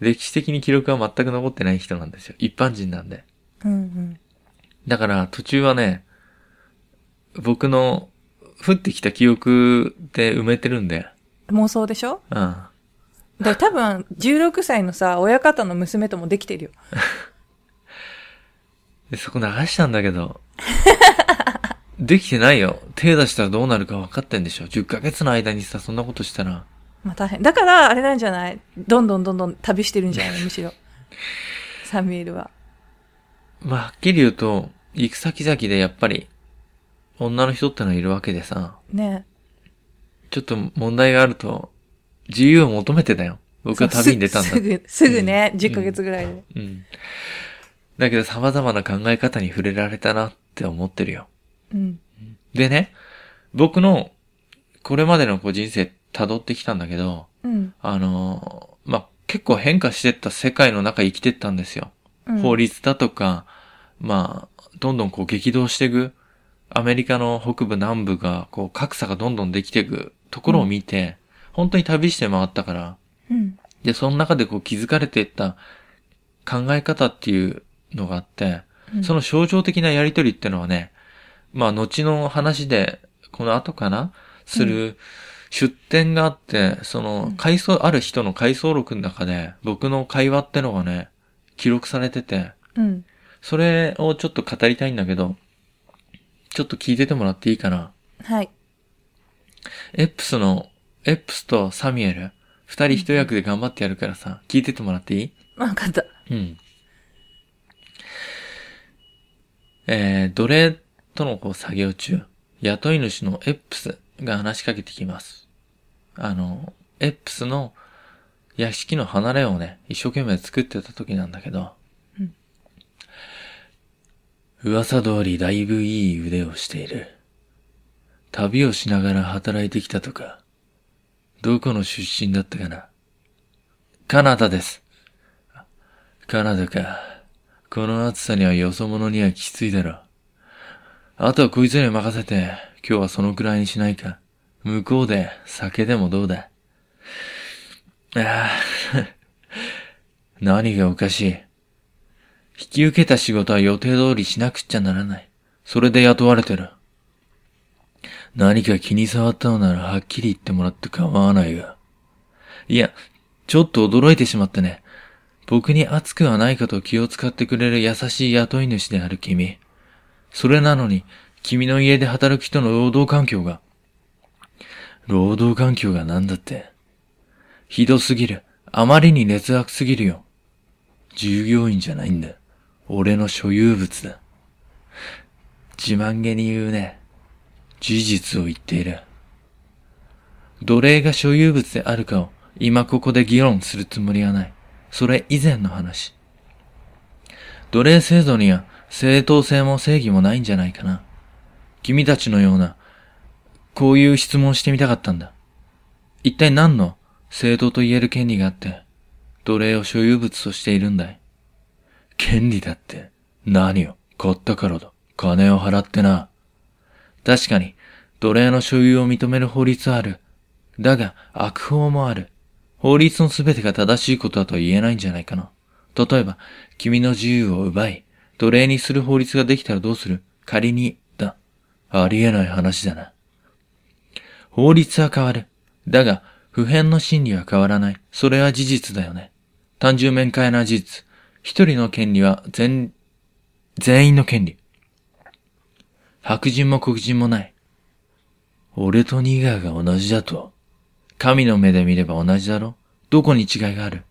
歴史的に記録は全く残ってない人なんですよ。一般人なんで。
うん。うん。
だから途中はね、僕の降ってきた記憶で埋めてるんで。
妄想でしょ
うん。
で、多分、16歳のさ、親方の娘ともできてるよ。
で、そこ流したんだけど。 (laughs) できてないよ。手出したらどうなるか分かってんでしょ。10ヶ月の間にさ、そんなことしたら。
まあ大変。だから、あれなんじゃないどんどんどんどん旅してるんじゃないむしろ。サミュエルは。
まあ、はっきり言うと、行く先々でやっぱり、女の人ってのはいるわけでさ、
ね
ちょっと問題があると、自由を求めてだよ。僕は旅に出たんだ
す。すぐ、すぐね、10ヶ月ぐらいで。
うん。だけど様々な考え方に触れられたなって思ってるよ。
うん。
でね、僕のこれまでのこう人生辿ってきたんだけど、
うん。
あのーまあ、結構変化してった世界の中生きてったんですよ。
うん
法律だとか、まあ、どんどんこう激動していく、アメリカの北部南部が、こう格差がどんどんできていくところを見て、本当に旅して回ったから、
うん。
で、その中でこう気づかれていった考え方っていうのがあって、
うん
その象徴的なやりとりってのはね、まあ、後の話で、この後かなする出典があって、その
うん、
回想、ある人の回想録の中で、僕の会話ってのがね、記録されてて、
うん。
それをちょっと語りたいんだけど、ちょっと聞いててもらっていいかな
はい。
エップスの、エップスとサミュエル、二人一役で頑張ってやるからさ、聞いててもらっていい
わかった。
うん。えー、奴隷とのこう作業中、雇い主のエップスが話しかけてきます。あの、エップスの屋敷の離れをね、一生懸命作ってた時なんだけど、
うん
噂通りだいぶいい腕をしている。旅をしながら働いてきたとか、どこの出身だったかな。カナダです。カナダか。この暑さにはよそ者にはきついだろ。あとはこいつに任せて、今日はそのくらいにしないか。向こうで酒でもどうだ。ああ、 (laughs) 何がおかしい。引き受けた仕事は予定通りしなくっちゃならない。それで雇われてる。何か気に障ったのならはっきり言ってもらって構わないが。いや、ちょっと驚いてしまってね。僕に熱くはないかと気を使ってくれる優しい雇い主である君。それなのに、君の家で働く人の労働環境が。労働環境がなんだって。ひどすぎる。あまりに劣悪すぎるよ。従業員じゃないんだ。俺の所有物だ。自慢げに言うね。事実を言っている。奴隷が所有物であるかを今ここで議論するつもりはない。それ以前の話。奴隷制度には正当性も正義もないんじゃないかな。君たちのような、こういう質問をしてみたかったんだ。一体何の正当と言える権利があって、奴隷を所有物としているんだい権利だって、何を買ったからだ。金を払ってな。確かに、奴隷の所有を認める法律はある。だが、悪法もある。法律のすべてが正しいことだとは言えないんじゃないかな。例えば、君の自由を奪い、奴隷にする法律ができたらどうする仮に、だ。ありえない話だな。法律は変わる。だが、普遍の真理は変わらない。それは事実だよね。単純面会な事実。一人の権利は全、全員の権利。白人も黒人もない。俺とニガーが同じだと。神の目で見れば同じだろどこに違いがある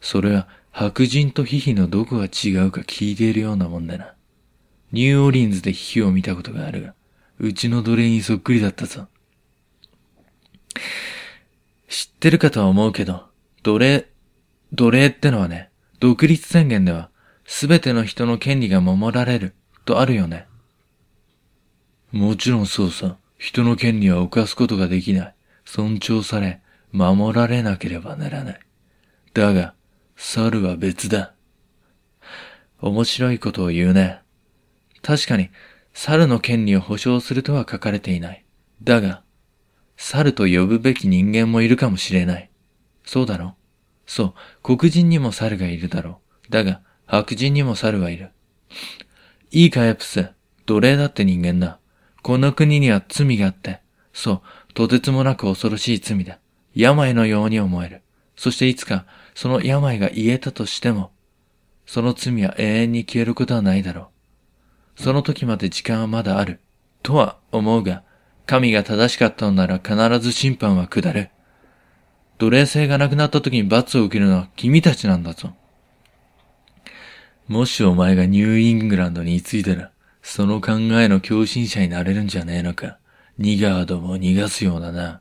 それは白人とヒヒのどこが違うか聞いているようなもんだな。ニューオーリンズでヒヒを見たことがあるが、うちの奴隷にそっくりだったぞ。知ってるかとは思うけど、奴隷、奴隷ってのはね、独立宣言では、すべての人の権利が守られる、とあるよね。もちろんそうさ。人の権利は犯すことができない。尊重され、守られなければならない。だが、猿は別だ。面白いことを言うね。確かに、猿の権利を保障するとは書かれていない。だが、猿と呼ぶべき人間もいるかもしれない。そうだろそう、黒人にも猿がいるだろう。だが、白人にも猿はいる。いいか、エプス。奴隷だって人間だ。この国には罪があって。そう、とてつもなく恐ろしい罪だ。病のように思える。そしていつか、その病が癒えたとしても、その罪は永遠に消えることはないだろう。その時まで時間はまだある。とは思うが、神が正しかったのなら必ず審判は下る。奴隷制がなくなった時に罰を受けるのは君たちなんだぞ。もしお前がニューイングランドに居ついたら、その考えの共振者になれるんじゃねえのか。ニガードも逃がすようだな。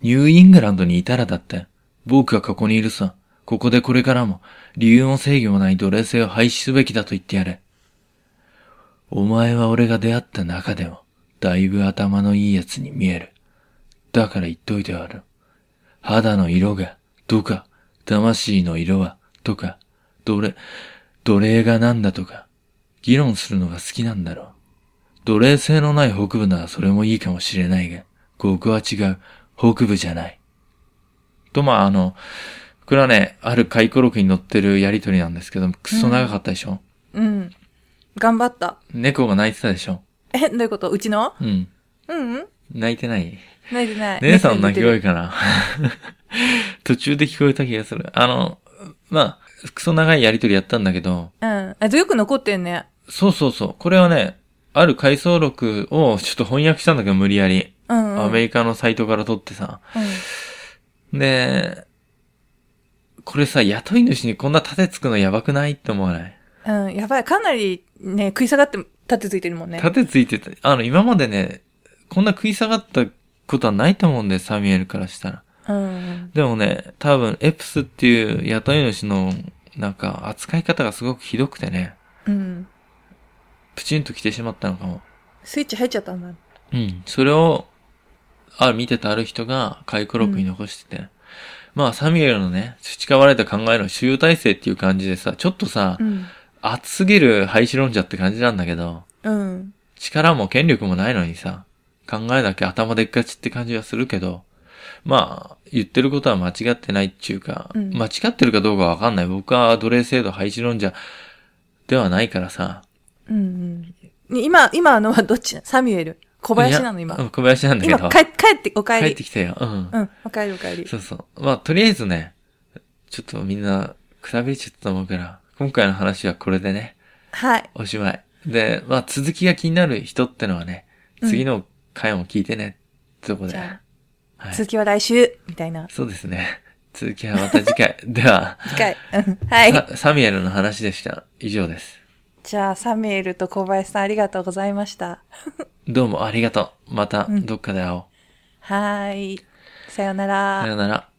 ニューイングランドにいたらだって、僕はここにいるさ。ここでこれからも、理由も制御もない奴隷制を廃止すべきだと言ってやれ。お前は俺が出会った中でも、だいぶ頭のいい奴に見える。だから言っといてある。肌の色が、とか、魂の色は、とか、奴隷、奴隷がなんだとか、議論するのが好きなんだろう。奴隷性のない北部ならそれもいいかもしれないが、僕は違う、北部じゃない。と、まあ、あの、これはね、ある回顧録に載ってるやりとりなんですけど、くっそ長かったでしょ、
うん。頑張った。
猫が泣いてたでしょ
え、どういうことうちの
うん。
うんうん。
泣いてない
泣いてない。
姉さんの泣き
寝て
声
る。
か
(laughs)
な途中で聞こえた気がする。あの、まあ、クソ長いやりとりやったんだけど、
うん。あ、よく残ってんね。
そうそうそう。これはね、ある回想録をちょっと翻訳したんだけど、無理やり。
うん、うん。
アメリカのサイトから撮ってさ。で、これさ、雇い主にこんな盾つくのやばくないって思わない
うん。うん。やばい。かなりね、食い下がって、立てついてるもんね。
盾ついてた。あの、今までね、こんな食い下がったことはないと思うんだよ、サミュエルからしたら。
うん。
でもね、多分、エプスっていう雇い主の、なんか、扱い方がすごくひどくてね、
うん。
プチンと来てしまったのかも。
スイッチ入っちゃったんだ。
うん。それを、あ、見てたある人が、回顧録に残してて、まあ、サミュエルのね、培われた考えの主流体制っていう感じでさ、ちょっとさ、
うん。
熱すぎる廃止論者って感じなんだけど、
うん。
力も権力もないのにさ、考えだけ頭でっかちって感じはするけど、まあ、言ってることは間違ってないっていうか、
うん
間違ってるかどうかわかんない。僕は奴隷制度廃止論者ではないからさ。
うんうん。ね今、今のはどっちなサミュエル。小林なの
いや
今。
うん小林なんだけ
今
ど。
帰、帰って、お帰り。
帰ってきたよ。うん。
うん。お帰りお帰り。
そうそう。まあ、とりあえずね、ちょっとみんな、くたびれちゃったと思うから、今回の話はこれでね、
はい。
おしまい。で、まあ、続きが気になる人ってのはね、次の回も聞いてね、ってとこで。
じゃ
は
あ、
い
続きは来週、みたいな。
そうですね。続きはまた次
(laughs)
回。では、
次回。うんはい。
ササミュエルの話でした。以上です。
じゃあ、サミュエルと小林さんありがとうございました。
どうもありがとう。また
うん
どっかで会おう。
はーい。さよなら
さ。よなら。